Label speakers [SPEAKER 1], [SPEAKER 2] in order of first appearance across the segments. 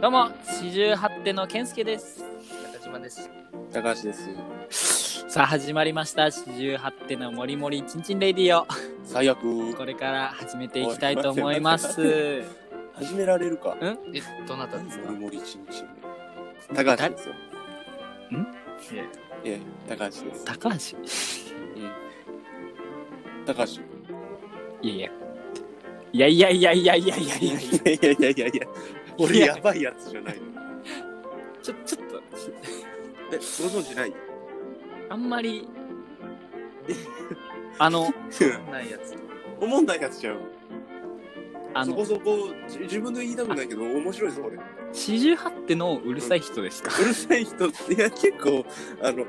[SPEAKER 1] どうも、四十八手の健介です。
[SPEAKER 2] 中島です。
[SPEAKER 3] 高橋です。
[SPEAKER 1] さあ、始まりました。四十八手のもりもりちんちんレディオ。
[SPEAKER 3] 最悪。
[SPEAKER 1] これから始めていきたいと思います。
[SPEAKER 3] 始められるか。
[SPEAKER 2] え、どなたですか
[SPEAKER 3] 森森ちんちん。高橋ですよ。いえ、高橋で す。
[SPEAKER 1] 高橋
[SPEAKER 3] 高橋。
[SPEAKER 1] いやいや。いやいやいやいやいやい
[SPEAKER 3] い
[SPEAKER 1] や
[SPEAKER 3] や
[SPEAKER 1] い
[SPEAKER 3] い
[SPEAKER 1] や
[SPEAKER 3] やいやいやいや。
[SPEAKER 1] い
[SPEAKER 3] 俺
[SPEAKER 1] や
[SPEAKER 3] やばいやつじゃないの。
[SPEAKER 1] ちょ、ちょっと、
[SPEAKER 3] え、ご存知ない。
[SPEAKER 1] あんま り、あの、
[SPEAKER 2] ないやつ。
[SPEAKER 3] 思んないやつちゃう。
[SPEAKER 1] あ
[SPEAKER 3] そ
[SPEAKER 1] の
[SPEAKER 3] こ、そこ、じ自分で言いたくないけど、面白いぞ、俺。う
[SPEAKER 1] 四十八手のうるさい人ですか、
[SPEAKER 3] るさい人って、いや、結構、あの。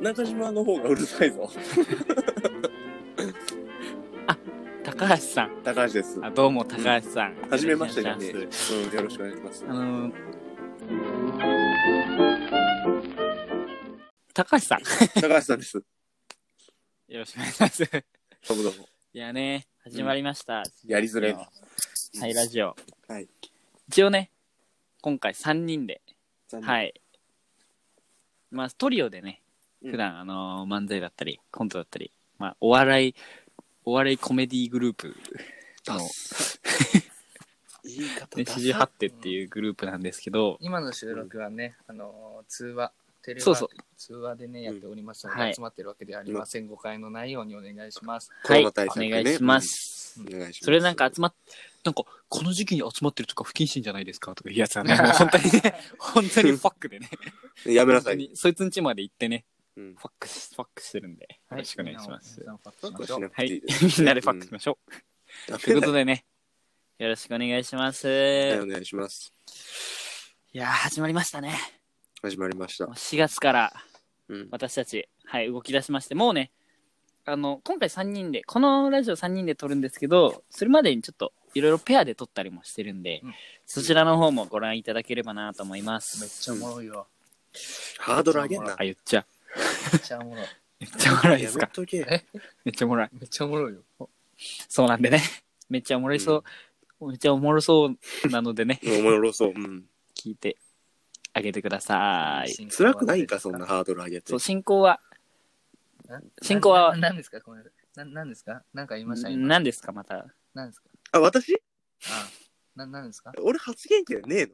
[SPEAKER 3] 中島の方がうるさいぞ。
[SPEAKER 1] 高橋さん。
[SPEAKER 3] 高橋です。
[SPEAKER 1] あ、どうも、高橋さん。
[SPEAKER 3] はじめましてね。
[SPEAKER 1] よ
[SPEAKER 3] う
[SPEAKER 1] ろしく
[SPEAKER 3] ん、よろしくお願いし ます
[SPEAKER 1] お。願いしますあのー高橋さん。
[SPEAKER 3] 高橋さんです。
[SPEAKER 1] よろしくお願いします。
[SPEAKER 3] どうもどうも。
[SPEAKER 1] いやね、始まりました。
[SPEAKER 3] やりづれえな。
[SPEAKER 1] はい、ラジオ。
[SPEAKER 3] はい。
[SPEAKER 1] 一応ね、今回3人で、
[SPEAKER 3] 残念
[SPEAKER 1] はい。まあ、トリオでね、
[SPEAKER 3] うん
[SPEAKER 1] 普段、あのー漫才だったり、コントだったり、まあ、お笑い、お笑いコメディグループの、
[SPEAKER 3] 言い方
[SPEAKER 1] ね、四十八手っていうグループなんですけど、
[SPEAKER 2] 今の収録はね、あのー、通話、テレワー
[SPEAKER 1] そ
[SPEAKER 2] ク
[SPEAKER 1] うそう
[SPEAKER 2] 通話でね、やっておりますの
[SPEAKER 1] は
[SPEAKER 2] で、
[SPEAKER 1] い
[SPEAKER 2] 集まってるわけではありません。誤解のないようにお願いします。
[SPEAKER 1] はい、
[SPEAKER 3] コロ
[SPEAKER 1] お
[SPEAKER 3] ナ対策ね
[SPEAKER 1] 願いします。
[SPEAKER 3] お願いします
[SPEAKER 1] それなんか集まっ、なんか、この時期に集まってるとか不謹慎じゃないですかとかいうやつは ね、もう本当にね、本当にファックでね。
[SPEAKER 3] やめなさ
[SPEAKER 1] 本
[SPEAKER 3] い
[SPEAKER 1] 当にそいつん家まで行ってね、
[SPEAKER 3] うん
[SPEAKER 1] ファックス、ファックスしてるんで、よろしくお願いします。
[SPEAKER 2] 皆さんファックスしましょ
[SPEAKER 3] し
[SPEAKER 2] う
[SPEAKER 3] なく
[SPEAKER 1] は
[SPEAKER 3] てい
[SPEAKER 1] い
[SPEAKER 3] いです、
[SPEAKER 1] みんなでファックスしましょう。
[SPEAKER 3] ダメ
[SPEAKER 1] というこ
[SPEAKER 3] だよ
[SPEAKER 1] とでね、よろしくお願いします。
[SPEAKER 3] はいお
[SPEAKER 1] い
[SPEAKER 3] 願いします
[SPEAKER 1] やー、始まりましたね。
[SPEAKER 3] 始まりました
[SPEAKER 1] もう4月から
[SPEAKER 3] うん
[SPEAKER 1] 私たち、はい、動き出しまして、もうね、あの、今回3人で、このラジオ3人で撮るんですけど、それまでにちょっと、いろいろペアで撮ったりもしてるんで、
[SPEAKER 2] うん
[SPEAKER 1] そちらの方もご覧いただければなと思いま
[SPEAKER 2] めっ
[SPEAKER 1] す。
[SPEAKER 2] ちゃおもろいよ。
[SPEAKER 3] ハードル上げんな
[SPEAKER 1] あ、言っちゃう。
[SPEAKER 2] めっちゃおもろい。
[SPEAKER 1] めっちゃおもろいで
[SPEAKER 3] や
[SPEAKER 1] す
[SPEAKER 3] め
[SPEAKER 1] か。
[SPEAKER 3] とけ
[SPEAKER 2] え
[SPEAKER 1] めっちゃおもろい。
[SPEAKER 2] めっちゃおもろいよ。
[SPEAKER 1] そうなんでね。 めっちゃおもろいそう、めっちゃおもろそうなのでね、
[SPEAKER 3] おもろそう、うん、
[SPEAKER 1] 聞いてあげてください。
[SPEAKER 3] 辛くないんかそんな。ハードル上げて
[SPEAKER 1] そう、進行は、進
[SPEAKER 2] 進
[SPEAKER 1] 行
[SPEAKER 2] 行
[SPEAKER 1] は
[SPEAKER 2] は。何ですかごめんなさい。な何ですか何か言いました今。
[SPEAKER 1] 何ですか、また。
[SPEAKER 2] 何ですか
[SPEAKER 3] あ私
[SPEAKER 2] あな何ですか
[SPEAKER 3] 俺発言権ね えの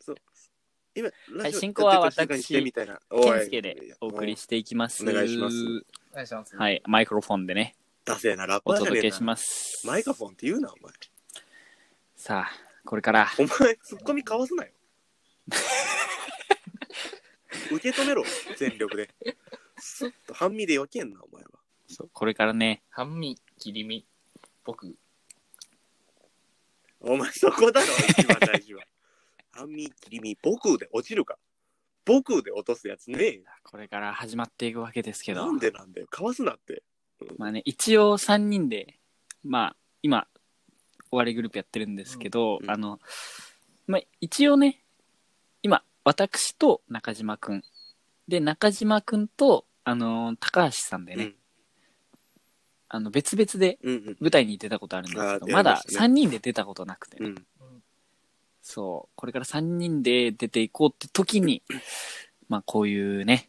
[SPEAKER 3] そう今
[SPEAKER 1] は
[SPEAKER 3] ラ
[SPEAKER 1] い
[SPEAKER 3] ジオ
[SPEAKER 1] 進行は
[SPEAKER 3] やってるから静かにしてみたいなおい
[SPEAKER 1] 健介でお送りしていきます。
[SPEAKER 3] お願いします
[SPEAKER 2] お願いします。い。
[SPEAKER 1] はい、マイクロフォンでね、
[SPEAKER 3] ダセえなラッパ
[SPEAKER 1] お
[SPEAKER 3] ーじゃね
[SPEAKER 1] 届
[SPEAKER 3] え
[SPEAKER 1] け
[SPEAKER 3] な
[SPEAKER 1] します。
[SPEAKER 3] マイカフォンって言うなお
[SPEAKER 1] さあ、これから、
[SPEAKER 3] 前お前ツッコミかわす なよ受け止めろ全力でスッと半身でよけんなお前は
[SPEAKER 1] そうこれからね、
[SPEAKER 2] 半身、切り身、僕、
[SPEAKER 3] お前そこだろ、一番大事は。半身切り身、僕で落ちるか。僕で落とすやつねえよ。
[SPEAKER 1] これから始まっていくわけですけど
[SPEAKER 3] な、んでなんだよ。かわすなって。
[SPEAKER 1] まあね、一応3人で、まあ、今、お笑いグループやってるんですけど、
[SPEAKER 3] うん
[SPEAKER 1] あの、まあ、一応ね、今、私と中島くん。で、中島くんと、あのー高橋さんでね、あの、別々で
[SPEAKER 3] うんうん
[SPEAKER 1] 舞台に出たことあるんです
[SPEAKER 3] あ
[SPEAKER 1] け
[SPEAKER 3] ー
[SPEAKER 1] ど、
[SPEAKER 3] 出
[SPEAKER 1] ま
[SPEAKER 3] ま
[SPEAKER 1] だ
[SPEAKER 3] した
[SPEAKER 1] 3
[SPEAKER 3] ね
[SPEAKER 1] 人で出たことなくてね、
[SPEAKER 3] うん。
[SPEAKER 1] そう、これから3人で出ていこうって時に、まあ、こういうね、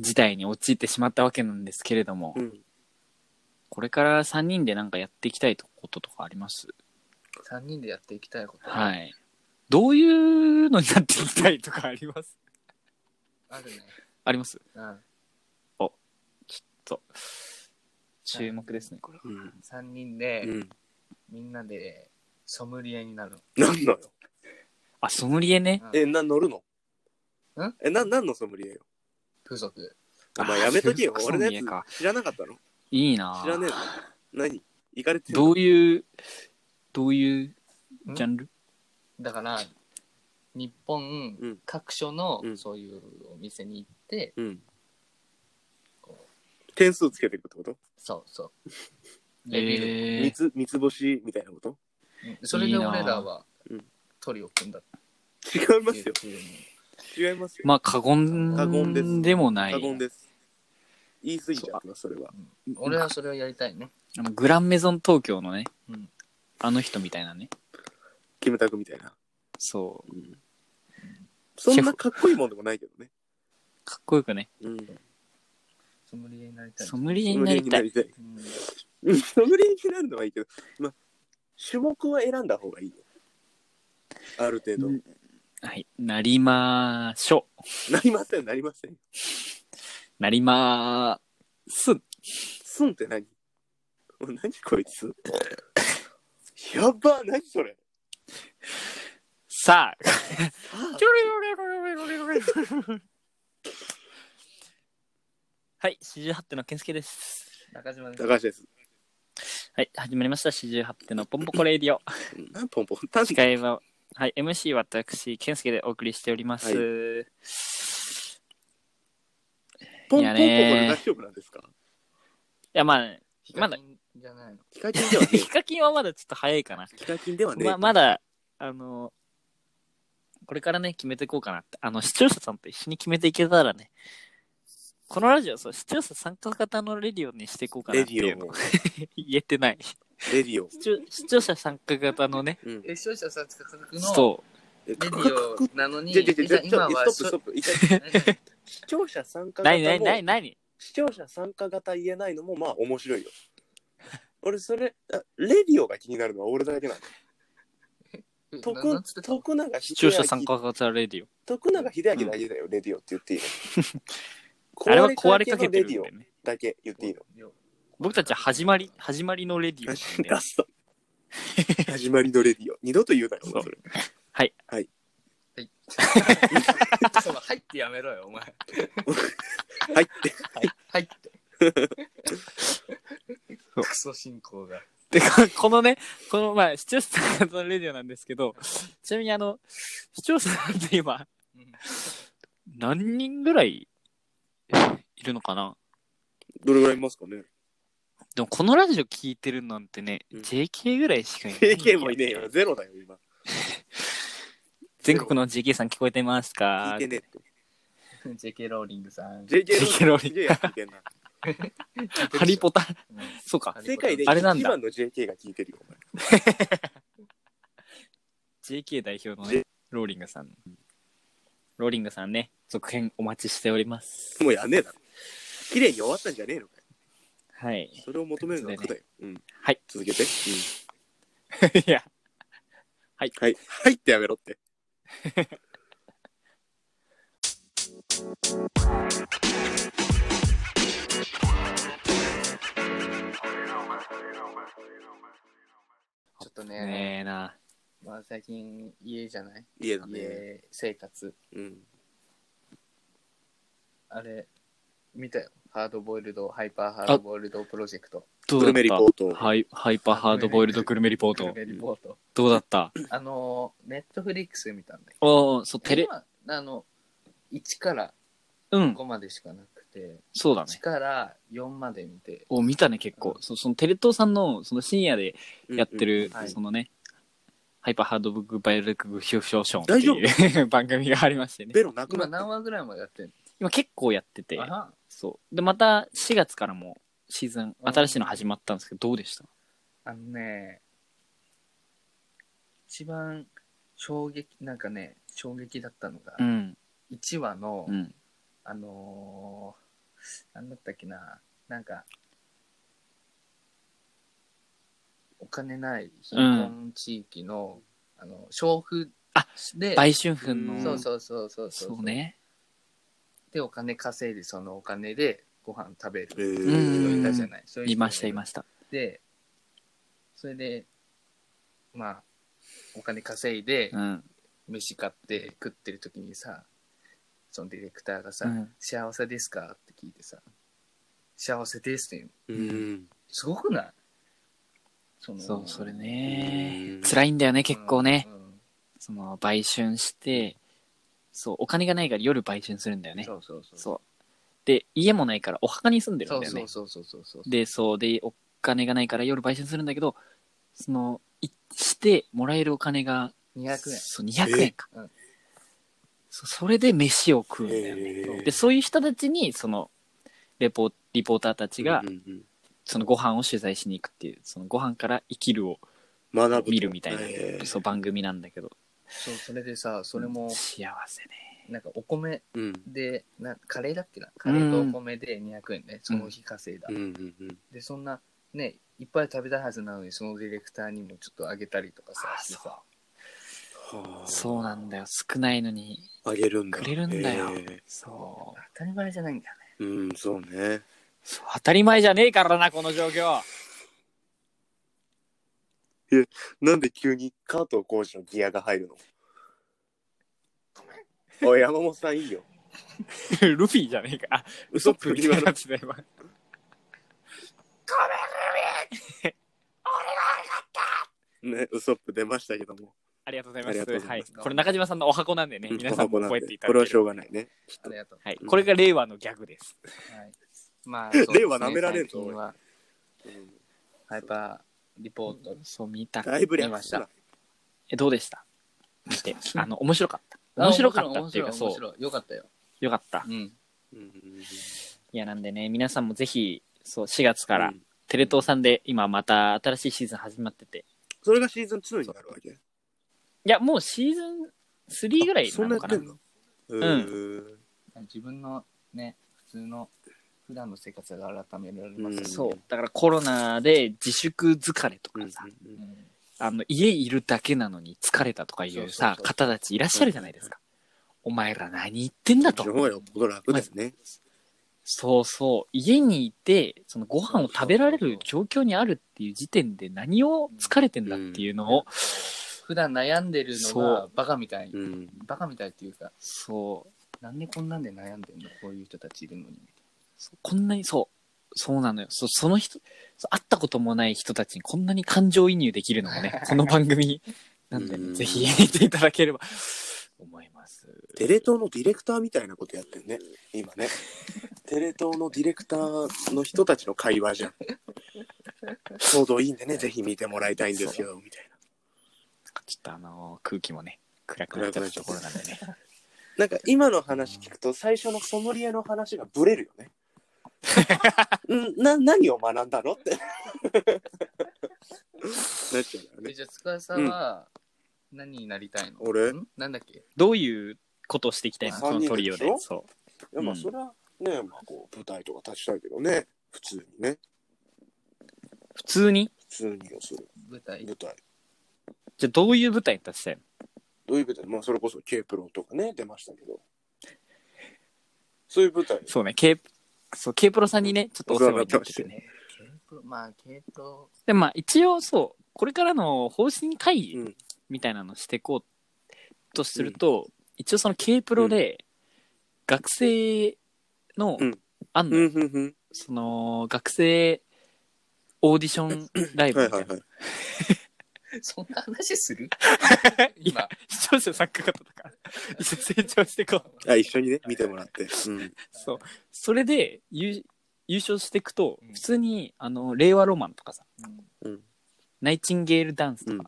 [SPEAKER 1] 事態に陥ってしまったわけなんですけれども、
[SPEAKER 3] うん。うん。
[SPEAKER 1] これから3人でなんかやっていきたいこととかあります
[SPEAKER 2] 3人でやっていきたいこと、
[SPEAKER 1] はいい。どういうのになっていきたいとかあります
[SPEAKER 2] あるね。
[SPEAKER 1] あります
[SPEAKER 2] うん。
[SPEAKER 1] そう。注目ですね、これは。
[SPEAKER 3] うん。
[SPEAKER 2] 3人で、
[SPEAKER 3] うん。
[SPEAKER 2] みんなでソムリエになるの。
[SPEAKER 3] なんのよ。
[SPEAKER 1] あ、ソムリエね。
[SPEAKER 3] え、な、乗るの
[SPEAKER 2] ん
[SPEAKER 3] え、な、なんのソムリエよ。
[SPEAKER 2] 風俗。
[SPEAKER 3] お前やめとけよ
[SPEAKER 1] あ。
[SPEAKER 3] 俺
[SPEAKER 1] ソ
[SPEAKER 3] の
[SPEAKER 1] ムリエ
[SPEAKER 3] や
[SPEAKER 1] か
[SPEAKER 3] つ知らなかったの
[SPEAKER 1] いいなぁ
[SPEAKER 3] 知らねえの何行かれてん
[SPEAKER 1] ど
[SPEAKER 3] の
[SPEAKER 1] ういう、どういうんジャンル
[SPEAKER 2] だから、日本
[SPEAKER 3] うん
[SPEAKER 2] 各所の
[SPEAKER 3] うん
[SPEAKER 2] そういうお店に行って、
[SPEAKER 3] うん。点数つけていくってこと
[SPEAKER 2] そうそう。レビュー。
[SPEAKER 3] 三
[SPEAKER 1] え
[SPEAKER 3] つ、三つ星みたいなこと
[SPEAKER 2] うんそれで俺らは
[SPEAKER 3] うん
[SPEAKER 2] トリを組んだっ
[SPEAKER 3] 違いま
[SPEAKER 2] てい
[SPEAKER 3] す
[SPEAKER 2] う
[SPEAKER 3] よ。
[SPEAKER 2] 風に。
[SPEAKER 3] 違いますよ。
[SPEAKER 1] まあ、過
[SPEAKER 3] 過言です
[SPEAKER 1] 言でもない
[SPEAKER 3] 過。言です。言い過ぎちゃってます、それは。
[SPEAKER 2] 俺はそれをやりたいね。
[SPEAKER 1] あのグランメゾン東京のね
[SPEAKER 2] うん、
[SPEAKER 1] あの人みたいなね。
[SPEAKER 3] キムタクみたいな。
[SPEAKER 1] そう。
[SPEAKER 3] そんなかっこいいもんでもないけどね。
[SPEAKER 1] かっこよくね。
[SPEAKER 3] うん。
[SPEAKER 2] ソムリエになりたい。
[SPEAKER 1] ソムリエ
[SPEAKER 3] ソ
[SPEAKER 1] に
[SPEAKER 3] ム
[SPEAKER 1] な
[SPEAKER 3] リエ
[SPEAKER 1] り
[SPEAKER 3] に
[SPEAKER 1] た。
[SPEAKER 3] ないりたい。
[SPEAKER 2] うん
[SPEAKER 3] うんソムリエになるのはいいけど、まあ、種目は選んだ方がいいよ。ある程度。
[SPEAKER 1] うんはい。なりまーしょ。
[SPEAKER 3] なりません、なりません。
[SPEAKER 1] なりまーす。
[SPEAKER 3] すんって何お何こ いつやば何それ
[SPEAKER 1] さあ。 はい。四十八手の健介です。
[SPEAKER 2] 中島です。
[SPEAKER 3] 高橋です。
[SPEAKER 1] はい。始まりました。四十八手のポンポコレイディオ。
[SPEAKER 3] 何ポンポン確
[SPEAKER 1] 司会は、はい。MC 私、健介でお送りしております。
[SPEAKER 3] ポンポンポンポン
[SPEAKER 1] いやね
[SPEAKER 3] 大丈夫なんですか
[SPEAKER 1] いや、まあ、
[SPEAKER 2] ヒカキンじゃないの。
[SPEAKER 3] ヒカキ ンではねえ
[SPEAKER 1] ヒカキンはまだちょっと早いかな。
[SPEAKER 3] ヒカキンではねえ
[SPEAKER 1] ままだ、あの、これからね、決めていこうかなって。あの、視聴者さんと一緒に決めていけたらね、このラジオ、そう、視聴者参加型のレディオにしていこうかな
[SPEAKER 3] レ
[SPEAKER 1] っ
[SPEAKER 3] デ
[SPEAKER 1] ていう
[SPEAKER 3] ィ
[SPEAKER 1] の
[SPEAKER 3] オ
[SPEAKER 1] を
[SPEAKER 3] も
[SPEAKER 1] 言えてない。
[SPEAKER 3] レディオ
[SPEAKER 1] 視聴視聴者参加型の ね、
[SPEAKER 3] うん
[SPEAKER 2] え、視聴者さんつかくの、
[SPEAKER 1] そ
[SPEAKER 3] レデ
[SPEAKER 2] レディオなのに、
[SPEAKER 3] じゃじゃじゃ
[SPEAKER 2] 今は
[SPEAKER 3] ストップストップ一回
[SPEAKER 2] 何
[SPEAKER 3] 視聴者参加
[SPEAKER 1] う。
[SPEAKER 3] 型
[SPEAKER 1] 何何
[SPEAKER 3] も
[SPEAKER 1] 何何
[SPEAKER 3] 視聴者参加型言えないのもまあ面白いよ俺それあレディオが気になるのは俺だけなの
[SPEAKER 2] 何なんつってた
[SPEAKER 3] 徳徳永
[SPEAKER 1] 視聴者参加型レディオ。
[SPEAKER 3] 徳永秀明だけだよ、レディオって言っていい の
[SPEAKER 1] あれは壊れかけてる
[SPEAKER 3] レ
[SPEAKER 1] ん
[SPEAKER 3] ディオ
[SPEAKER 1] でね。
[SPEAKER 3] だけ言っていいの
[SPEAKER 1] 僕たちは始まり、始まりのレディオ
[SPEAKER 3] 出
[SPEAKER 1] なん で。
[SPEAKER 3] すと始まりのレディオ二度と言うなよ
[SPEAKER 1] そう
[SPEAKER 3] それ
[SPEAKER 2] その入ってやめろよ、お前。
[SPEAKER 3] はいって
[SPEAKER 2] 入って。 クソ進行が。
[SPEAKER 1] で、ここのね、この、まあ、視聴者参加型のレディオなんですけど、ちなみにあの、視聴者さんって今、
[SPEAKER 2] うん
[SPEAKER 1] 何人ぐらい いるのかな
[SPEAKER 3] どれぐらいいますかね
[SPEAKER 1] でもこのラジオ聞いてるなんてね、
[SPEAKER 3] うん
[SPEAKER 1] JK ぐらいしかいない。
[SPEAKER 3] KK もいねえよゼロだよ今
[SPEAKER 1] 全国の JK さん聞こえてますか
[SPEAKER 3] 聞いてね
[SPEAKER 2] JK ローリングさん。
[SPEAKER 3] え JK
[SPEAKER 1] JK の
[SPEAKER 3] の JK は聞いてんな
[SPEAKER 1] ハリポタ、
[SPEAKER 2] うん
[SPEAKER 1] そうか。
[SPEAKER 3] 世界で一
[SPEAKER 1] あれなん
[SPEAKER 3] 番
[SPEAKER 1] だ
[SPEAKER 3] の JK が聞いてるよお前
[SPEAKER 1] JK 代表のね、ローリングさん。ローリングさんね、続編お待ちしております。
[SPEAKER 3] もうやんねえだろ綺麗に終わったんじゃねえのかよ
[SPEAKER 1] はい。
[SPEAKER 3] それを求めるのは苦だよ、うん
[SPEAKER 1] はい。
[SPEAKER 3] 続けて、うん、
[SPEAKER 1] いや、
[SPEAKER 3] はいはいってやめろって
[SPEAKER 2] ちょっとね、
[SPEAKER 1] ねえな。
[SPEAKER 2] まあ最近家じゃない
[SPEAKER 3] 家だね
[SPEAKER 2] 家生活。
[SPEAKER 3] うん
[SPEAKER 2] あれ、見たよ。ハードボイルド、ハイパーハードボイルドプロジェクト。
[SPEAKER 1] ど
[SPEAKER 3] グルメリポート
[SPEAKER 1] ハイハイパーハードボイルドグルメリポー
[SPEAKER 2] グル
[SPEAKER 1] ト。
[SPEAKER 2] メリポート。
[SPEAKER 1] どうだった
[SPEAKER 2] あのー、ネットフリックス見たんだけ
[SPEAKER 1] おおそう、
[SPEAKER 2] ど。
[SPEAKER 1] テレ、
[SPEAKER 2] 今あの、1から
[SPEAKER 1] うん、
[SPEAKER 2] 5までしかなくて、
[SPEAKER 1] そうだね
[SPEAKER 2] 1。から4まで見て、
[SPEAKER 1] お見たね、結構。そそのテレ東さんの、その深夜でやってる、
[SPEAKER 2] うんうん
[SPEAKER 1] そのね、ハイパーハードブックバイオレクグヒューショーション
[SPEAKER 3] 大丈
[SPEAKER 1] っていう 番組がありましてね。
[SPEAKER 3] ベロなく
[SPEAKER 2] 今
[SPEAKER 3] なった
[SPEAKER 2] 何話ぐらいまでやってん
[SPEAKER 1] 今結構やってて
[SPEAKER 2] の、あは
[SPEAKER 1] そう。で、また4月からもシーズン、
[SPEAKER 2] うん
[SPEAKER 1] 新しいの始まったんですけど、どうでした
[SPEAKER 2] あのね、一番衝撃、なんかね、衝撃だったのが
[SPEAKER 1] う、ん。
[SPEAKER 2] 1話の、
[SPEAKER 1] うん。
[SPEAKER 2] あのー、なんだったっけな、なんか、お金ない貧困地域の、あの、娼婦
[SPEAKER 1] あ
[SPEAKER 2] で、
[SPEAKER 1] 売春婦の、
[SPEAKER 3] うん
[SPEAKER 2] そうそうそうそうそう
[SPEAKER 1] そうね。
[SPEAKER 2] で、お金稼いで、そのお金でご飯食べる
[SPEAKER 3] えー
[SPEAKER 1] うん
[SPEAKER 2] 人いたじゃない。そうう人
[SPEAKER 1] いました、いました。
[SPEAKER 2] で、それで、まあ、お金稼いで
[SPEAKER 1] う、ん。
[SPEAKER 2] 飯買って食ってる時にさ、そのディレクターがさ、
[SPEAKER 1] うん
[SPEAKER 2] 幸せですかって聞いてさ、幸せですって言うの
[SPEAKER 3] うん
[SPEAKER 2] すごくないその
[SPEAKER 1] そう、それ
[SPEAKER 3] う
[SPEAKER 1] ね
[SPEAKER 3] ん。
[SPEAKER 1] 辛いんだよね、結構ね。
[SPEAKER 2] うんうん
[SPEAKER 1] その、売春して、そう、お金がないから夜売春するんだよね
[SPEAKER 2] そ。うそうそう。
[SPEAKER 1] そう。で、家もないからお墓に住んでる
[SPEAKER 2] そ
[SPEAKER 1] ん
[SPEAKER 2] う
[SPEAKER 1] だよね。
[SPEAKER 2] そうそうそうそう。
[SPEAKER 1] で、そう、で、お金がないから夜売春するんだけど、その、いしてもらえるお金が、
[SPEAKER 2] 200円。
[SPEAKER 1] そう、200円か。
[SPEAKER 2] えうん
[SPEAKER 1] そうそれで飯を食うんだよね。
[SPEAKER 3] え
[SPEAKER 1] で、そういう人たちに、その、レポ、リポーターたちが
[SPEAKER 3] う、んうんうん
[SPEAKER 1] そのご飯を取材しに行くっていう、そのご飯から生きるを
[SPEAKER 3] 学ぶ。
[SPEAKER 1] 見るみたいな、
[SPEAKER 3] へー
[SPEAKER 1] そう番組なんだけど
[SPEAKER 2] そう、それでさ、それも、
[SPEAKER 1] 幸せね
[SPEAKER 2] なんかお米
[SPEAKER 3] うん。
[SPEAKER 2] で、なカレーだっけなカレーとお米で200円ね、その日稼いだ
[SPEAKER 3] うん。うんうん。
[SPEAKER 2] で、そんな、ね、いっぱい食べたいはずなのに、そのディレクターにもちょっとあげたりとかさ
[SPEAKER 1] あ、
[SPEAKER 2] してさ
[SPEAKER 3] はあ
[SPEAKER 1] そうなんだよ少ないのに
[SPEAKER 3] あげるんだ。
[SPEAKER 1] くれるんだよ
[SPEAKER 3] へえ
[SPEAKER 1] そう
[SPEAKER 2] 当たり前じゃないんだよね。
[SPEAKER 3] うん、そうね。
[SPEAKER 1] そう当たり前じゃねえからなこの状況
[SPEAKER 3] なんで急に加藤浩次のギアが入るのおい、山本さんいいよ。
[SPEAKER 1] ルフィじゃねえか。あ、ウソップみたいなやつだ今。
[SPEAKER 3] ね、ウソップ出ましたけども。
[SPEAKER 1] ありがとうござい
[SPEAKER 3] あり
[SPEAKER 1] ま
[SPEAKER 3] が
[SPEAKER 1] す。
[SPEAKER 3] とうござ
[SPEAKER 1] はいい
[SPEAKER 3] ま。
[SPEAKER 1] これ中島さんのお箱なんでね、
[SPEAKER 3] うん
[SPEAKER 1] 皆さんも
[SPEAKER 3] お箱なん
[SPEAKER 1] 覚
[SPEAKER 3] で
[SPEAKER 1] えていただ
[SPEAKER 3] こ
[SPEAKER 1] けれ
[SPEAKER 3] れは
[SPEAKER 1] ば
[SPEAKER 3] しょうがないね。
[SPEAKER 2] ありがとう。
[SPEAKER 1] はい。これが令和のギャグです。
[SPEAKER 2] はい。まあ、そうですね
[SPEAKER 3] 令和舐められるぞ
[SPEAKER 2] 最近は
[SPEAKER 3] うん
[SPEAKER 2] ハイパーリポート。
[SPEAKER 1] そう見た。
[SPEAKER 3] だいぶ略した。
[SPEAKER 1] え、どうでした見て。 あの、面白かった。面白かったっていうか、
[SPEAKER 2] 面白
[SPEAKER 1] そ
[SPEAKER 2] 面
[SPEAKER 1] う。
[SPEAKER 2] 白いよかったよ。
[SPEAKER 1] よかった
[SPEAKER 2] う。ん。
[SPEAKER 3] うんうん
[SPEAKER 1] いや、なんでね、皆さんもぜひ、そう、4月から
[SPEAKER 3] うん、
[SPEAKER 1] テレ東さんで今また新しいシーズン始まってて。
[SPEAKER 3] それがシーズン2になるわけ
[SPEAKER 1] いや、もうシーズン3ぐらい
[SPEAKER 3] そ
[SPEAKER 1] なん
[SPEAKER 3] な
[SPEAKER 1] の
[SPEAKER 3] や
[SPEAKER 1] か
[SPEAKER 3] って。
[SPEAKER 1] なん
[SPEAKER 3] のうん。
[SPEAKER 2] 自分のね、普通の、普段の生活が改められま
[SPEAKER 3] うん
[SPEAKER 2] す。
[SPEAKER 1] そう。だからコロナで自粛疲れとかさ、
[SPEAKER 2] う
[SPEAKER 3] うん
[SPEAKER 2] ん。
[SPEAKER 1] あの、家いるだけなのに疲れたとかい
[SPEAKER 2] そう
[SPEAKER 1] う
[SPEAKER 2] そう
[SPEAKER 1] さ、
[SPEAKER 2] そう
[SPEAKER 1] 方たちいらっしゃるじゃないですか。お前ら何言ってんだ
[SPEAKER 3] そ
[SPEAKER 1] と
[SPEAKER 3] っち。の方がよっぽど楽ですね。
[SPEAKER 1] そうそう。家にいて、そのご飯を食べられる状況にあるっていう時点で何を疲れてんだっていうのを、
[SPEAKER 2] 普段悩んでるの
[SPEAKER 1] そ
[SPEAKER 2] がバカみたい。
[SPEAKER 3] うん。
[SPEAKER 2] バカみたいっていうか、
[SPEAKER 1] そう。
[SPEAKER 2] なんでこんなんで悩んでんのこういう人たちいるのに。
[SPEAKER 1] そうこんなに、そう。そうなのよ。そその人、そう会ったこともない人たちにこんなに感情移入できるのがね、この番組なんで
[SPEAKER 3] う
[SPEAKER 1] ね、
[SPEAKER 3] ん
[SPEAKER 1] ぜひ見ていただければ思います。
[SPEAKER 3] テレ東のディレクターみたいなことやってんね。今ね。テレ東のディレクターの人たちの会話じゃん。ちょうどいいんでね、ぜひ見てもらいたいんですよ、みたいな。
[SPEAKER 1] ちょっとあのー空気もね、暗くなっちゃったところなんでね。
[SPEAKER 3] なんか今の話聞くと最初のソムリエの話がブレるよね。んな何を学んだのってな
[SPEAKER 2] え
[SPEAKER 3] っちゃうからね。
[SPEAKER 2] じゃあ、つかさんは、何になりたいの
[SPEAKER 3] 俺
[SPEAKER 2] んなんだっけ
[SPEAKER 1] どういうことをしていきたいの
[SPEAKER 3] まあ
[SPEAKER 1] その
[SPEAKER 3] 三人
[SPEAKER 1] トリオ
[SPEAKER 3] でし
[SPEAKER 1] で
[SPEAKER 3] ょ。
[SPEAKER 1] そ
[SPEAKER 3] いやまあそれはね、まあ、こう舞台とか立ちたいけどね普通にね
[SPEAKER 1] う。普通に
[SPEAKER 3] 普通にをする
[SPEAKER 2] 舞台
[SPEAKER 3] 舞台
[SPEAKER 1] じゃあどういう舞台に立ちたいの
[SPEAKER 3] どういう舞台まあそれこそ K プロとかね出ましたけどそういう舞台
[SPEAKER 1] そうね、K、そう、K プロさんにね、ちょっとお世話になっててね。
[SPEAKER 2] K-PRO まあ、系統。
[SPEAKER 1] で、まあ一応そう、これからの方針会
[SPEAKER 3] う
[SPEAKER 1] 議
[SPEAKER 3] ん
[SPEAKER 1] みたいなのしていこうとすると、一応その K プロで、学生の、
[SPEAKER 3] うん
[SPEAKER 1] あんの
[SPEAKER 3] う
[SPEAKER 1] よ
[SPEAKER 3] んうんうん
[SPEAKER 1] その、学生オーディションライブ
[SPEAKER 3] はい
[SPEAKER 1] みた
[SPEAKER 3] はいい
[SPEAKER 1] な。
[SPEAKER 3] はい
[SPEAKER 2] そんな話する
[SPEAKER 1] いや
[SPEAKER 2] 今、
[SPEAKER 1] 視聴者参加型だから、一緒に成長していこう。
[SPEAKER 3] あ一緒にね見てもらってうん
[SPEAKER 1] そう。それで優優勝していくと
[SPEAKER 2] うん、
[SPEAKER 1] 普通に、あの、令和ロマンとかさ、
[SPEAKER 2] うん
[SPEAKER 3] うん
[SPEAKER 1] ナイチンゲールダンスとか、
[SPEAKER 3] うん
[SPEAKER 1] い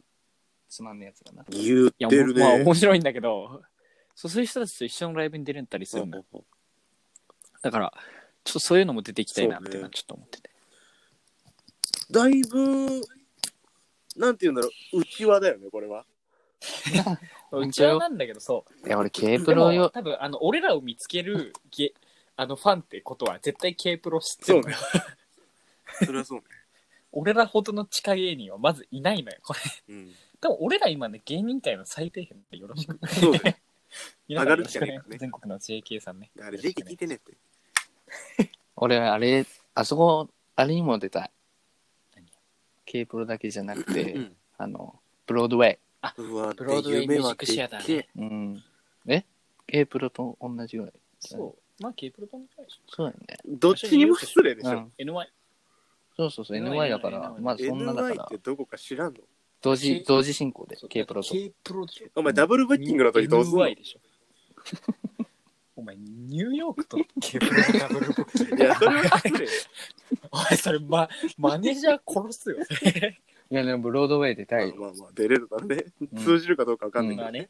[SPEAKER 2] つまんねえやつだな。
[SPEAKER 3] 言っ
[SPEAKER 1] や、
[SPEAKER 3] てる
[SPEAKER 1] おもまあ
[SPEAKER 3] ね
[SPEAKER 1] 面白いんだけど、そうそういう人たちと一緒のライブに出れたりす
[SPEAKER 3] う
[SPEAKER 1] る
[SPEAKER 3] ん
[SPEAKER 1] ん
[SPEAKER 3] う
[SPEAKER 1] だ
[SPEAKER 3] ん
[SPEAKER 1] よ。
[SPEAKER 3] うん
[SPEAKER 1] だから、ちょっとそういうのも出ていきたいなっていうの
[SPEAKER 3] そう
[SPEAKER 1] は
[SPEAKER 3] ね
[SPEAKER 1] ちょっと思ってて。
[SPEAKER 3] だいぶなんて言うんだろううちわだよねこれは
[SPEAKER 2] う
[SPEAKER 1] う
[SPEAKER 2] ち
[SPEAKER 1] ちは
[SPEAKER 2] は
[SPEAKER 1] なんだけど、そう。
[SPEAKER 2] いや、俺、K
[SPEAKER 1] プロよ。多分、あの、俺らを見つける、ゲ、あの、ファンってことは絶対 K プロ知ってるのよ
[SPEAKER 3] そうね それはそうね
[SPEAKER 1] 俺らほどの地下芸人はまずいないのよ、これ。
[SPEAKER 3] うん
[SPEAKER 1] 多分俺ら今ね、芸人界の最底辺でよろしく。
[SPEAKER 3] そうだよ
[SPEAKER 1] 皆さんよろしく
[SPEAKER 3] 上が
[SPEAKER 1] ね
[SPEAKER 3] るしかねえからね
[SPEAKER 1] 全国の JK さんね。
[SPEAKER 3] だからぜひ聞いてねって
[SPEAKER 2] 俺、あれ、あそこ、あれにも出たい
[SPEAKER 1] 何。
[SPEAKER 2] K プロだけじゃなく
[SPEAKER 3] う
[SPEAKER 2] て、
[SPEAKER 3] ん
[SPEAKER 2] あの、ブロードウェイ。
[SPEAKER 3] うわ
[SPEAKER 1] ブロードウェイミュージックシアターね。
[SPEAKER 3] 夢はでっ
[SPEAKER 2] う
[SPEAKER 3] け
[SPEAKER 2] ん。え ?K プロと同じぐらい。そう
[SPEAKER 1] まあ、K プロとも近いでし
[SPEAKER 2] そうだよね。
[SPEAKER 3] えどっちにも失礼でし
[SPEAKER 2] う
[SPEAKER 3] ょ、
[SPEAKER 2] ん。
[SPEAKER 1] ょ。NY。
[SPEAKER 2] そうそうそう、
[SPEAKER 1] NY
[SPEAKER 2] NY だから、
[SPEAKER 1] NY
[SPEAKER 2] まあ、そんなだか
[SPEAKER 3] NY っ
[SPEAKER 2] ら
[SPEAKER 3] て、どこか知らんの
[SPEAKER 2] 同時、同時進行で、K プロと。
[SPEAKER 1] K プロでしょ。
[SPEAKER 3] お前ダブルブッキングの時どうすんの
[SPEAKER 1] NY でしょ。お前、ニューヨークと K プロのダブルボッ
[SPEAKER 3] いやそれは失礼
[SPEAKER 1] お前、それ、ま、マネージャー殺すよ。
[SPEAKER 2] いや、でも、ブロードウェイ出たい。
[SPEAKER 3] まあまあまあ出れるからね、
[SPEAKER 2] うん
[SPEAKER 3] 通じるかどうかわかんないけ
[SPEAKER 1] ま
[SPEAKER 3] ど、
[SPEAKER 1] あね。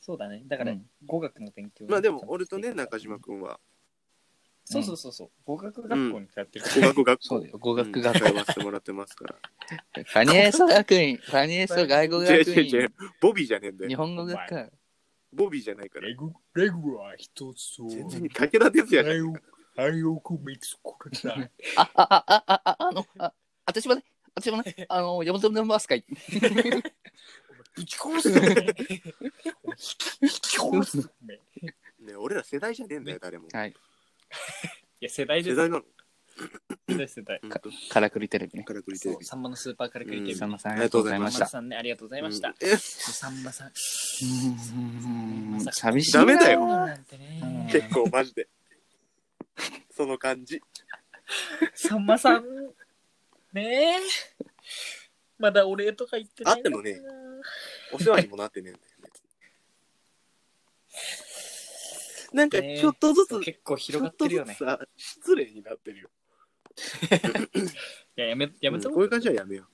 [SPEAKER 1] そうだね。だから
[SPEAKER 2] うん、
[SPEAKER 1] 語学の勉強
[SPEAKER 3] まあでも俺とね中島君は
[SPEAKER 1] そうそうそうそう、語学学校に通ってるから、
[SPEAKER 3] 語学学
[SPEAKER 2] そう
[SPEAKER 3] 校
[SPEAKER 2] だよ。語学
[SPEAKER 3] うん
[SPEAKER 2] 学
[SPEAKER 3] 通
[SPEAKER 2] 校。
[SPEAKER 3] わせてもらってますから。
[SPEAKER 2] ファニエソ学院。ファニエソ外国
[SPEAKER 3] 違う
[SPEAKER 2] 学
[SPEAKER 3] 違う違
[SPEAKER 2] 院
[SPEAKER 3] う。。ボビーじゃねえんだ
[SPEAKER 2] 日
[SPEAKER 3] よ。
[SPEAKER 2] 本語学科。
[SPEAKER 3] ボビーじゃないから
[SPEAKER 1] レ。グレグは一つを
[SPEAKER 3] 全然武田鉄矢じゃん。
[SPEAKER 1] あれをく見つこれない。
[SPEAKER 2] あ、あ、あ、あ、あ、ああの、あ、私もね、私もね、 あの、山本のマスカイ。
[SPEAKER 1] ぶち殺 すね。ぶち殺すね。い
[SPEAKER 3] ね俺ら世代じゃねえんだよ、誰も。
[SPEAKER 2] はい。
[SPEAKER 1] や、世代で
[SPEAKER 3] 世
[SPEAKER 1] す。世
[SPEAKER 3] 代なの。
[SPEAKER 1] 代世代。
[SPEAKER 3] うん
[SPEAKER 2] か
[SPEAKER 3] と
[SPEAKER 2] からくりテレビね。
[SPEAKER 3] からくりテ
[SPEAKER 1] そ
[SPEAKER 3] レ
[SPEAKER 1] う、
[SPEAKER 3] ビ。
[SPEAKER 1] サンマのスーパーからくりテレビ。
[SPEAKER 2] さ
[SPEAKER 1] サ
[SPEAKER 2] ん
[SPEAKER 1] ン
[SPEAKER 2] まさん、あ
[SPEAKER 3] あ
[SPEAKER 2] り
[SPEAKER 3] り
[SPEAKER 2] がと
[SPEAKER 3] がと
[SPEAKER 2] う
[SPEAKER 1] マさ
[SPEAKER 2] ございました。
[SPEAKER 3] うございました
[SPEAKER 1] んね、ありがとうございました。
[SPEAKER 3] え
[SPEAKER 1] サンマさん。
[SPEAKER 2] うん寂しいな。
[SPEAKER 3] ダメだよ
[SPEAKER 1] なんてね
[SPEAKER 3] 結構マジで。 その感じ。
[SPEAKER 1] さんまさん。ねえ。まだお礼とか言ってないんだけどな。
[SPEAKER 3] あってお世話にもなってねえんだよね。なんかちょっとずつ、
[SPEAKER 1] 結構
[SPEAKER 3] ち
[SPEAKER 1] 広
[SPEAKER 3] ょ
[SPEAKER 1] が
[SPEAKER 3] っ
[SPEAKER 1] って
[SPEAKER 3] と
[SPEAKER 1] る
[SPEAKER 3] ず
[SPEAKER 1] よ
[SPEAKER 3] つ
[SPEAKER 1] ね。
[SPEAKER 3] さ、失礼になってるよ。
[SPEAKER 1] いや、やめ、やめと
[SPEAKER 3] う
[SPEAKER 1] こ
[SPEAKER 3] んこういう
[SPEAKER 1] う。
[SPEAKER 3] 感じはやめよ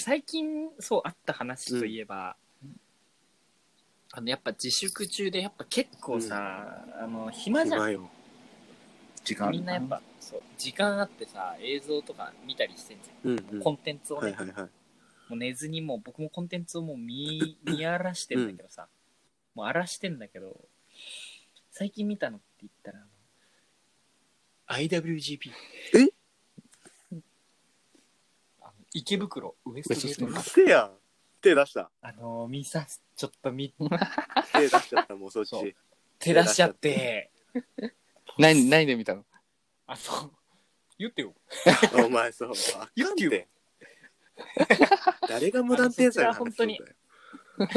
[SPEAKER 1] 最近、そう、あった話といえば、あの、やっぱ自粛中で、やっぱ結構さ、あの、
[SPEAKER 3] う。
[SPEAKER 1] 暇じゃん。
[SPEAKER 3] 暇よ。
[SPEAKER 2] 時間
[SPEAKER 1] みんなやっぱ、そう、時間あってさ、映像とか見たりしてんじ
[SPEAKER 3] うん
[SPEAKER 1] ゃ。
[SPEAKER 3] うんん。
[SPEAKER 1] コンテンツを
[SPEAKER 3] は
[SPEAKER 1] ね、
[SPEAKER 3] いはいはい。
[SPEAKER 1] もう寝ずにもう僕もコンテンツをもう見、見荒らしてんだけどさ、もう荒らしてんだけど、最近見たのって言ったら、あの IWGP。
[SPEAKER 3] え
[SPEAKER 1] あの池袋、ウエストゲート
[SPEAKER 2] ウエ
[SPEAKER 1] の
[SPEAKER 2] ス
[SPEAKER 3] せや手出した。
[SPEAKER 1] あのー、見さす、ちょっと見、
[SPEAKER 3] 手出しちゃった、もうそっち。
[SPEAKER 1] そう照らしちゃって、
[SPEAKER 2] 何、何で見たの
[SPEAKER 1] あの、言ってよ。
[SPEAKER 3] お前そう。あかんて。誰が無断天才の話すんだよ。
[SPEAKER 1] あ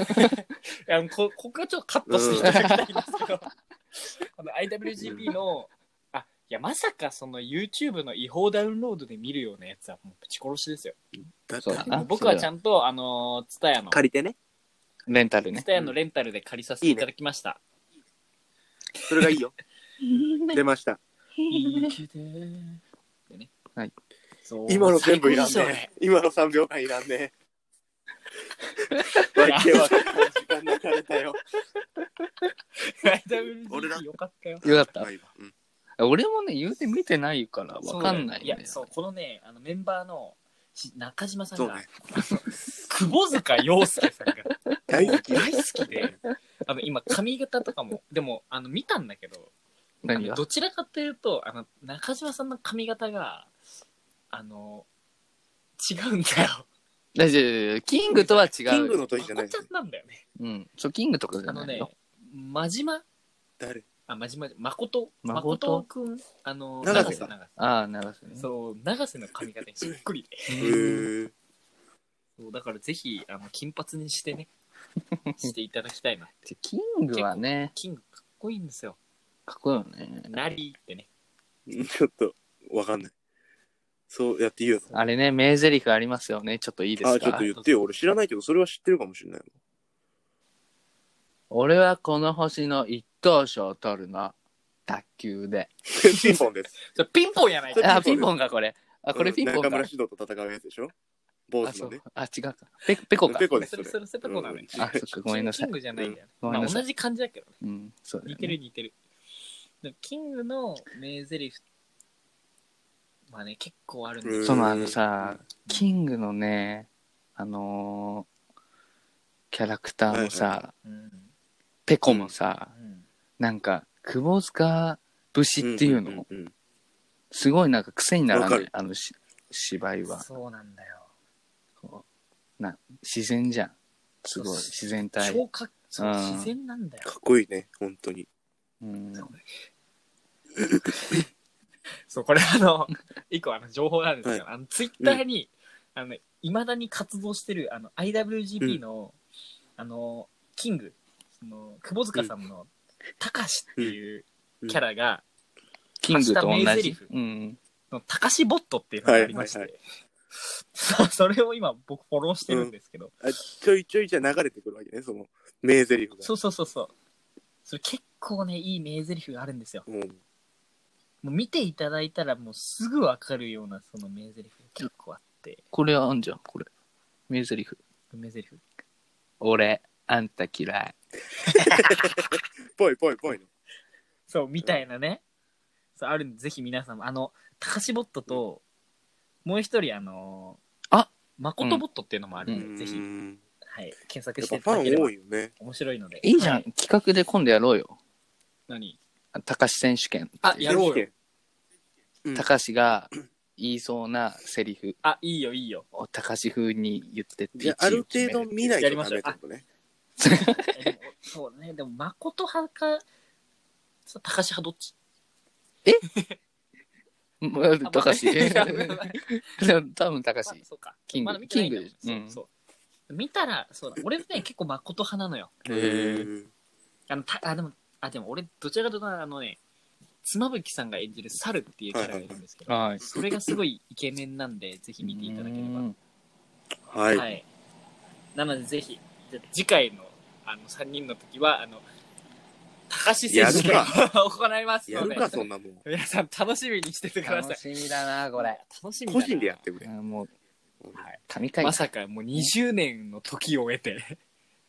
[SPEAKER 1] のこここはちょっとカットしていただきたいんですけど、 この IWGP の、あ、いや、まさかその YouTube の違法ダウンロードで見るようなやつは、もうぶち殺しですよ。
[SPEAKER 3] だ
[SPEAKER 2] そうだな
[SPEAKER 3] だ
[SPEAKER 2] あ
[SPEAKER 1] 僕はちゃんと、あのー、ツタヤの、
[SPEAKER 3] 借りてね。
[SPEAKER 2] レンタルね
[SPEAKER 1] ツ。タヤのレンタルで借りさせていただきました。
[SPEAKER 3] それがいいよ。出ました。
[SPEAKER 1] でね。
[SPEAKER 2] はい。
[SPEAKER 1] そう
[SPEAKER 3] 今の全部いらん
[SPEAKER 1] 最高でし
[SPEAKER 3] ね。今の3秒間いらん ね。わけわかんない時間流れたよ。
[SPEAKER 1] たよね
[SPEAKER 3] 俺だ
[SPEAKER 1] IWGP よかったよ。
[SPEAKER 2] よかっ
[SPEAKER 3] まあいいわうん
[SPEAKER 2] た。俺もね、言うて見てないから、わかんない
[SPEAKER 1] い
[SPEAKER 2] よ
[SPEAKER 1] や
[SPEAKER 2] ね。、
[SPEAKER 1] そう、このね、あのメンバーのし中島さん
[SPEAKER 3] そう
[SPEAKER 1] が
[SPEAKER 3] ね、。
[SPEAKER 1] 久保塚洋介さんが
[SPEAKER 3] 大好 き。
[SPEAKER 1] 大好きで、あの今、髪型とかも、でも、あの見たんだけど、あ
[SPEAKER 2] 何
[SPEAKER 1] の
[SPEAKER 2] が
[SPEAKER 1] どちらかというと、あの中島さんの髪型が、あの、違うんだよ。
[SPEAKER 2] 大丈夫大丈夫キングとは違
[SPEAKER 3] キング
[SPEAKER 2] う。
[SPEAKER 3] の時じゃな
[SPEAKER 1] まこ
[SPEAKER 3] い
[SPEAKER 1] ちゃんなんだよね。
[SPEAKER 2] うん。そう、キングとかじ
[SPEAKER 1] あ
[SPEAKER 2] ゃ
[SPEAKER 1] の
[SPEAKER 2] な
[SPEAKER 1] ね
[SPEAKER 2] いよ。、
[SPEAKER 1] 真島、
[SPEAKER 3] 誰
[SPEAKER 1] あ、真島、誠、
[SPEAKER 2] 誠
[SPEAKER 1] 誠くん、あの、
[SPEAKER 3] 長
[SPEAKER 1] 瀬
[SPEAKER 3] 瀬だ
[SPEAKER 1] 長
[SPEAKER 2] ああ、なるほど
[SPEAKER 1] 瀬
[SPEAKER 2] ね。
[SPEAKER 1] そう、長瀬の髪型にそっくりで。
[SPEAKER 3] へー
[SPEAKER 1] そうだからぜひ、あの、金髪に してね、していただきたいな。
[SPEAKER 2] キングはね、
[SPEAKER 1] キングかっこいいんですよ。
[SPEAKER 2] かっこいいよね。
[SPEAKER 1] なりってね。
[SPEAKER 3] ちょっと、わかんない。そうやって言うよ。
[SPEAKER 2] あれね、名台詞ありますよね。ちょっといいですか
[SPEAKER 3] あ、ちょっと言ってよ。俺知らないけど、それは知ってるかもし れない。
[SPEAKER 2] 俺はこの星の一等賞を取るの。卓球で。
[SPEAKER 3] ピンポンです。
[SPEAKER 1] それピンポンやないか。
[SPEAKER 2] あ、ピンポンか、これ。あ、これピンポン
[SPEAKER 3] 中
[SPEAKER 2] か。
[SPEAKER 3] 村獅童と戦うやつでしょ坊
[SPEAKER 2] あ、
[SPEAKER 3] 主
[SPEAKER 2] そ
[SPEAKER 3] の
[SPEAKER 2] う
[SPEAKER 3] ね。。
[SPEAKER 2] あ、違うか。ペペコか
[SPEAKER 3] ペ。コです
[SPEAKER 1] そ
[SPEAKER 3] そ
[SPEAKER 1] れ、
[SPEAKER 3] れ。
[SPEAKER 1] それ、それ、そうなのよ。
[SPEAKER 2] あ、そっ か、ごめんなさい
[SPEAKER 1] キン。グじゃないんだよね。
[SPEAKER 2] うんごめん
[SPEAKER 1] まあ
[SPEAKER 2] なさい
[SPEAKER 1] 同じ感じだけどね。
[SPEAKER 2] うん、そうだ
[SPEAKER 1] 似
[SPEAKER 2] よ
[SPEAKER 1] てる
[SPEAKER 2] ね。
[SPEAKER 1] 似てる。でもキングの名台詞はね、結構あるんですよ。
[SPEAKER 2] そのあのさ、キングのね、あのーキャラクターもさ、
[SPEAKER 3] はい
[SPEAKER 1] うん。
[SPEAKER 2] ペコもさ、
[SPEAKER 1] うん
[SPEAKER 2] なんか、窪塚節っていうの、
[SPEAKER 3] んんん
[SPEAKER 2] すごいなんか癖になら
[SPEAKER 3] わ
[SPEAKER 2] な
[SPEAKER 3] か
[SPEAKER 2] い
[SPEAKER 3] る、
[SPEAKER 2] あのし芝居は。
[SPEAKER 1] そうなんだよ。
[SPEAKER 2] な自然じゃん。すごい、
[SPEAKER 1] そう
[SPEAKER 2] 自然体。
[SPEAKER 1] 超かっそう
[SPEAKER 2] うん
[SPEAKER 1] 自然なんだよ
[SPEAKER 3] か。っこいいね、本当に。
[SPEAKER 2] うん、
[SPEAKER 1] そう、これあの、 一個あの情報なんですけど、あの、ツイッター
[SPEAKER 3] う
[SPEAKER 1] に、あの、いまだに活動してる、あの、IWGP の、あの、キング、その、窪塚さんの、たかしっていうキャラが、
[SPEAKER 2] キングと
[SPEAKER 1] 明
[SPEAKER 2] 同
[SPEAKER 1] 治
[SPEAKER 2] じ
[SPEAKER 1] リフ。
[SPEAKER 2] うん。
[SPEAKER 1] のたかしボットっていうのがありまして、
[SPEAKER 3] はい は
[SPEAKER 1] それを今僕フォローしてるんですけど、
[SPEAKER 3] あちょいちょいじゃ流れてくるわけね、その名台詞が。
[SPEAKER 1] そうそうそうそう。それ結構ね、いい名台詞があるんですよ。
[SPEAKER 3] うん
[SPEAKER 1] もう見ていただいたらもうすぐわかるようなその名台詞が結構あって、
[SPEAKER 2] これあんじゃん、これ。名台詞。
[SPEAKER 1] 名台詞。
[SPEAKER 2] 俺、あんた嫌い。
[SPEAKER 3] ぽいぽいぽいね。
[SPEAKER 1] そう、みたいなね。そう、あるんで、ぜひ皆さんも、あの、高しボットと、もう一人、あのー
[SPEAKER 2] あ
[SPEAKER 1] まことボットっていうのもある
[SPEAKER 2] うん
[SPEAKER 1] で、ぜひ、
[SPEAKER 3] や
[SPEAKER 1] はい、検索して
[SPEAKER 3] っ
[SPEAKER 1] い
[SPEAKER 3] ぱ
[SPEAKER 1] ただけ
[SPEAKER 3] フ
[SPEAKER 1] れ
[SPEAKER 3] ァン
[SPEAKER 1] ば
[SPEAKER 3] 多いよね。
[SPEAKER 1] 面白いので。
[SPEAKER 2] いいじゃ
[SPEAKER 1] は
[SPEAKER 2] ん。。企画で今度やろうよ。
[SPEAKER 1] 何
[SPEAKER 2] 高橋選手権。
[SPEAKER 1] あ、やろうよ。
[SPEAKER 3] うん
[SPEAKER 2] 高橋が言いそうなセリフ
[SPEAKER 1] あ、いいよ、い いよ。
[SPEAKER 2] を高橋風に言ってって
[SPEAKER 3] じゃあ、ある
[SPEAKER 2] 一位を決め
[SPEAKER 3] 程度見ないとダメってことね。
[SPEAKER 1] えでもそうね、でも、まこと派か、そう高し派どっちあまあまあ
[SPEAKER 2] うん高橋。多分高橋。
[SPEAKER 1] そうか。
[SPEAKER 2] キング
[SPEAKER 1] まだ見てないんだもん
[SPEAKER 2] キングでう
[SPEAKER 1] そ
[SPEAKER 2] ん
[SPEAKER 1] うそう。見たら、そうだ。俺ね、結構まこと派なのよ。
[SPEAKER 3] へ
[SPEAKER 2] ー
[SPEAKER 1] あの、た、あ、でも、あ、でも俺、どちらかというと、あのね、妻夫木さんが演じる猿っていうキャラがいるんですけど、
[SPEAKER 2] はい。
[SPEAKER 1] それがすごいイケメンなんで、ぜひ見ていただければ。
[SPEAKER 3] はい。
[SPEAKER 1] は。
[SPEAKER 3] はい
[SPEAKER 1] なので、ぜひ、じゃあ次回の、あの、3人の時は、あの、高橋選手権
[SPEAKER 3] や
[SPEAKER 1] を
[SPEAKER 3] る
[SPEAKER 1] 行います
[SPEAKER 3] い、や
[SPEAKER 1] の
[SPEAKER 3] る
[SPEAKER 1] で、
[SPEAKER 3] か、そんなもん。
[SPEAKER 1] 皆さん楽しみにしててください
[SPEAKER 2] 楽。しみだな、これ。。
[SPEAKER 1] 楽しみだ
[SPEAKER 3] 個
[SPEAKER 1] な
[SPEAKER 3] 人でやってくれ。
[SPEAKER 2] もう、
[SPEAKER 1] はい
[SPEAKER 2] 神回
[SPEAKER 1] ま。さかもう20年の時を得て、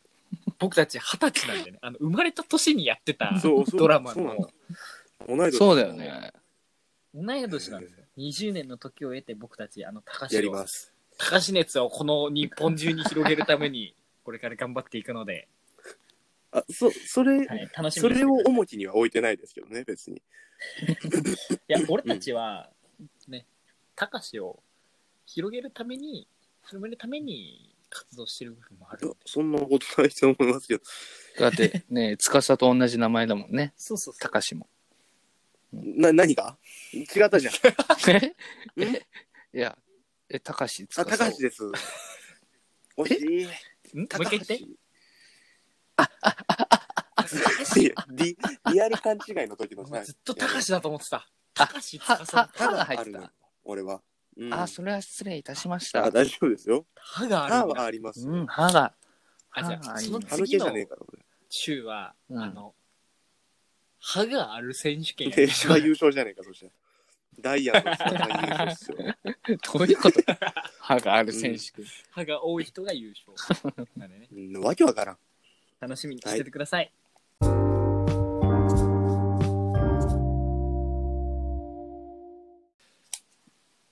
[SPEAKER 1] 僕たち20歳なんでね、あの、生まれた年にやってた
[SPEAKER 3] そう、そう
[SPEAKER 1] ドラマ
[SPEAKER 3] そうなんだ
[SPEAKER 1] の、。
[SPEAKER 3] 同い年
[SPEAKER 2] そうだよね。
[SPEAKER 1] 同い年なんですよ。20年の時を得て僕たち、あの、高
[SPEAKER 3] や
[SPEAKER 1] 橋
[SPEAKER 3] り
[SPEAKER 1] を
[SPEAKER 3] ま、す。
[SPEAKER 1] 高橋熱をこの日本中に広げるために、 これから頑張っていくので、
[SPEAKER 3] あ、そ、それ、
[SPEAKER 1] はい、楽しみ
[SPEAKER 3] そ
[SPEAKER 1] にして
[SPEAKER 3] れ
[SPEAKER 1] てくだ
[SPEAKER 3] を
[SPEAKER 1] さい
[SPEAKER 3] 重きには置いてないですけどね、別に。
[SPEAKER 1] いや、俺たちは、ね、たかしを広げるために、広めるために活動してる部分もあ
[SPEAKER 3] い
[SPEAKER 1] る
[SPEAKER 3] や
[SPEAKER 1] ので。
[SPEAKER 3] そんなことないと思いますけど。
[SPEAKER 2] だって、ね、司と同じ名前だもんね。
[SPEAKER 1] そうそうそう。
[SPEAKER 2] 高橋も。
[SPEAKER 3] な、何が違った じゃん。
[SPEAKER 2] えいや、え、高橋司。
[SPEAKER 3] あ、高橋です。惜しい。
[SPEAKER 1] んもう一
[SPEAKER 3] 高
[SPEAKER 1] 回言って。
[SPEAKER 3] 橋。いやリリアル勘違いの時の
[SPEAKER 1] も
[SPEAKER 3] さ
[SPEAKER 1] うずっと高橋だと思ってた。
[SPEAKER 2] あ
[SPEAKER 1] 高橋
[SPEAKER 2] は、
[SPEAKER 1] 司
[SPEAKER 2] は、
[SPEAKER 1] だ。
[SPEAKER 2] 歯が入
[SPEAKER 3] あ
[SPEAKER 2] っ
[SPEAKER 3] る
[SPEAKER 2] て
[SPEAKER 3] の
[SPEAKER 2] た。
[SPEAKER 3] 俺は。うん
[SPEAKER 2] あ、それは失礼いたしました
[SPEAKER 3] あ、。大丈夫ですよ。
[SPEAKER 1] 歯があ
[SPEAKER 3] 歯
[SPEAKER 1] るん
[SPEAKER 3] は
[SPEAKER 1] だ。
[SPEAKER 3] あります。
[SPEAKER 2] うん、歯が。
[SPEAKER 1] あ、じゃ
[SPEAKER 2] 歯
[SPEAKER 1] あ、
[SPEAKER 2] がいい
[SPEAKER 1] その
[SPEAKER 3] 歯抜
[SPEAKER 1] 次
[SPEAKER 3] けじ
[SPEAKER 1] の
[SPEAKER 3] ゃねえから、俺。
[SPEAKER 1] 週は、
[SPEAKER 2] うん
[SPEAKER 1] あの、歯がある選手権や
[SPEAKER 3] で、
[SPEAKER 1] る
[SPEAKER 3] 一番優勝じゃねえか、そしたら。ダイヤの一番優勝っ すよ。
[SPEAKER 2] どういうこと歯がある選手権。
[SPEAKER 1] 歯が多い人が優 勝。なんでね、
[SPEAKER 3] うん、わけわからん。
[SPEAKER 1] 楽しみにしててください。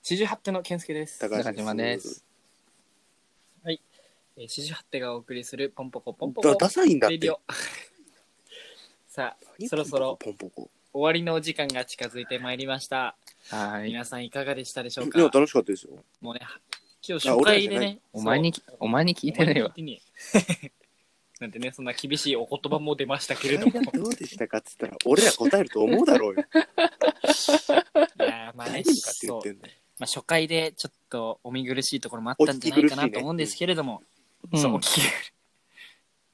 [SPEAKER 1] 四十八手の健介です。
[SPEAKER 3] 高橋
[SPEAKER 2] 中島です。
[SPEAKER 1] えー四十八手がお送りするポンポコポンポ
[SPEAKER 3] だ、
[SPEAKER 1] コ。
[SPEAKER 3] ダサいんだっ
[SPEAKER 1] レディ
[SPEAKER 3] て。
[SPEAKER 1] オ さあ、そろそろ
[SPEAKER 3] ポンポコ。
[SPEAKER 1] 終わりのお時間が近づいてまいりました。
[SPEAKER 2] はい。
[SPEAKER 1] 皆さんいかがでしたでしょう
[SPEAKER 3] い
[SPEAKER 1] か
[SPEAKER 3] や、楽しかったですよ。
[SPEAKER 1] もうね、今日初
[SPEAKER 3] あ俺ら
[SPEAKER 1] 回
[SPEAKER 3] じゃ
[SPEAKER 1] で
[SPEAKER 3] ない
[SPEAKER 1] ね。
[SPEAKER 2] お前に
[SPEAKER 1] そう、
[SPEAKER 2] お前に聞いてねえわ。
[SPEAKER 1] お前に聞いてね えなんてね、そんな厳しいお言葉も出ましたけれども。
[SPEAKER 3] がどうでしたかっつったら、俺ら答えると思う だろうよ。
[SPEAKER 1] いやーまあね
[SPEAKER 3] 大丈夫かって言って
[SPEAKER 1] そうん
[SPEAKER 3] の。
[SPEAKER 1] まあ、初回でちょっとお見苦しいところもあったんじゃないか
[SPEAKER 3] お聞き苦しい
[SPEAKER 1] な
[SPEAKER 3] ね
[SPEAKER 1] と思うんですけれども、
[SPEAKER 2] うん
[SPEAKER 1] そうお聞き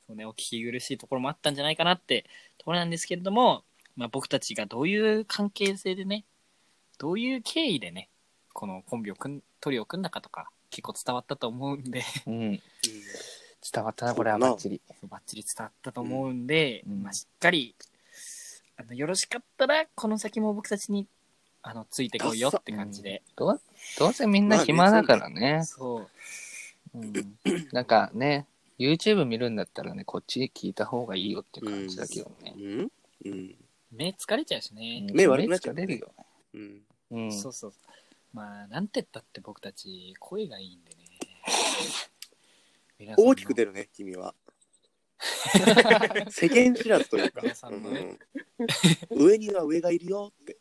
[SPEAKER 1] そうね、お聞き苦しいところもあったんじゃないかなってところなんですけれども、まあ、僕たちがどういう関係性でね、どういう経緯でね、このコンビを組ん、トリを組んだかとか、結構伝わったと思うんで、
[SPEAKER 2] うん。伝わったな、これは
[SPEAKER 3] そうか
[SPEAKER 2] ば
[SPEAKER 3] な
[SPEAKER 2] っちり。
[SPEAKER 1] バッチリ伝わったと思うんで、
[SPEAKER 2] うん
[SPEAKER 1] まあ、しっかりあのよろしかったらこの先も僕たちにあのついてこいよって感じで、
[SPEAKER 2] どう、どうせみんな暇だからね。
[SPEAKER 1] そう
[SPEAKER 2] うんなんかね、YouTube 見るんだったらね、こっち聞いた方がいいよって感じだけどね。
[SPEAKER 3] うんうん
[SPEAKER 1] 目疲れちゃうしね、
[SPEAKER 3] 目悪くなっちゃうね
[SPEAKER 2] 目疲れるよね。
[SPEAKER 3] うん。
[SPEAKER 2] うん。
[SPEAKER 1] そうそうまあなんて言ったって僕たち声がいいんでね皆さんの
[SPEAKER 3] 大きく出るね、君は。 世間知らずというか
[SPEAKER 1] 皆さ。んのね
[SPEAKER 3] うん上には上がいるよって、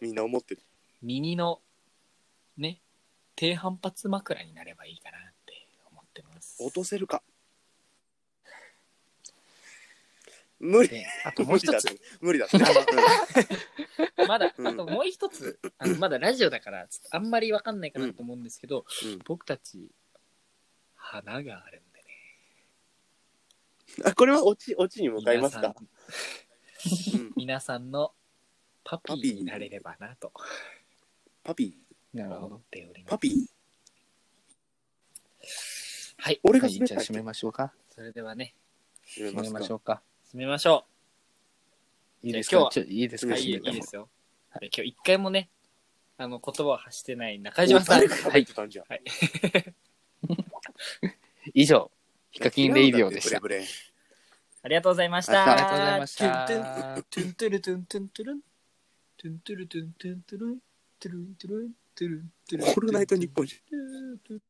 [SPEAKER 3] みんな思ってる。
[SPEAKER 1] 耳のね低反発枕になればいいかなって思ってます
[SPEAKER 3] 落とせるか。無理。
[SPEAKER 1] であともう一つ
[SPEAKER 3] 無理だって。無理 だって
[SPEAKER 1] まだ、
[SPEAKER 3] うん
[SPEAKER 1] あともう一つ、あのまだラジオだから、ちょっとあんまりわかんないかなと思うんですけど、
[SPEAKER 3] うんうん
[SPEAKER 1] 僕たち、花があるんでね。
[SPEAKER 3] うんあ、これはオチ、オチに向かいますか。うん
[SPEAKER 1] 皆さん皆さんのパピ
[SPEAKER 3] パピ
[SPEAKER 1] ー
[SPEAKER 3] ー
[SPEAKER 1] になれればなと
[SPEAKER 3] パピー。
[SPEAKER 2] なるほ
[SPEAKER 1] 思
[SPEAKER 2] ど
[SPEAKER 1] っ。ております。
[SPEAKER 3] パピー。
[SPEAKER 1] はい。
[SPEAKER 3] 俺
[SPEAKER 2] は
[SPEAKER 3] が
[SPEAKER 2] い、
[SPEAKER 3] 滑っ
[SPEAKER 2] じゃ
[SPEAKER 3] た
[SPEAKER 2] あ
[SPEAKER 3] っ
[SPEAKER 2] 締め
[SPEAKER 3] け
[SPEAKER 2] ましょうか。
[SPEAKER 1] それではね、
[SPEAKER 3] 締
[SPEAKER 2] 締めまし
[SPEAKER 3] ょ
[SPEAKER 2] ょうか。
[SPEAKER 1] 締めましょ
[SPEAKER 2] いいです
[SPEAKER 1] じゃあ
[SPEAKER 2] か
[SPEAKER 1] 今日
[SPEAKER 2] ちょいいです
[SPEAKER 1] う。
[SPEAKER 2] か
[SPEAKER 1] は
[SPEAKER 3] 締
[SPEAKER 1] い、いい
[SPEAKER 3] め
[SPEAKER 1] いい
[SPEAKER 2] 締め
[SPEAKER 1] で
[SPEAKER 2] ても
[SPEAKER 1] すよ。で今日一回もね、あの、言葉を発してない中
[SPEAKER 3] う
[SPEAKER 1] 島さん。
[SPEAKER 3] 誰が食べてたんじゃん
[SPEAKER 2] 以上、ヒカキンレイディオでした。
[SPEAKER 3] ブレブレ
[SPEAKER 1] ありがとうございました。
[SPEAKER 2] ありがとうございました
[SPEAKER 1] トゥントゥントゥントゥントゥルントゥントゥルトゥントゥントゥルントゥルントゥルントゥルントゥルン
[SPEAKER 3] オールナイト日本一
[SPEAKER 1] トゥルントゥルン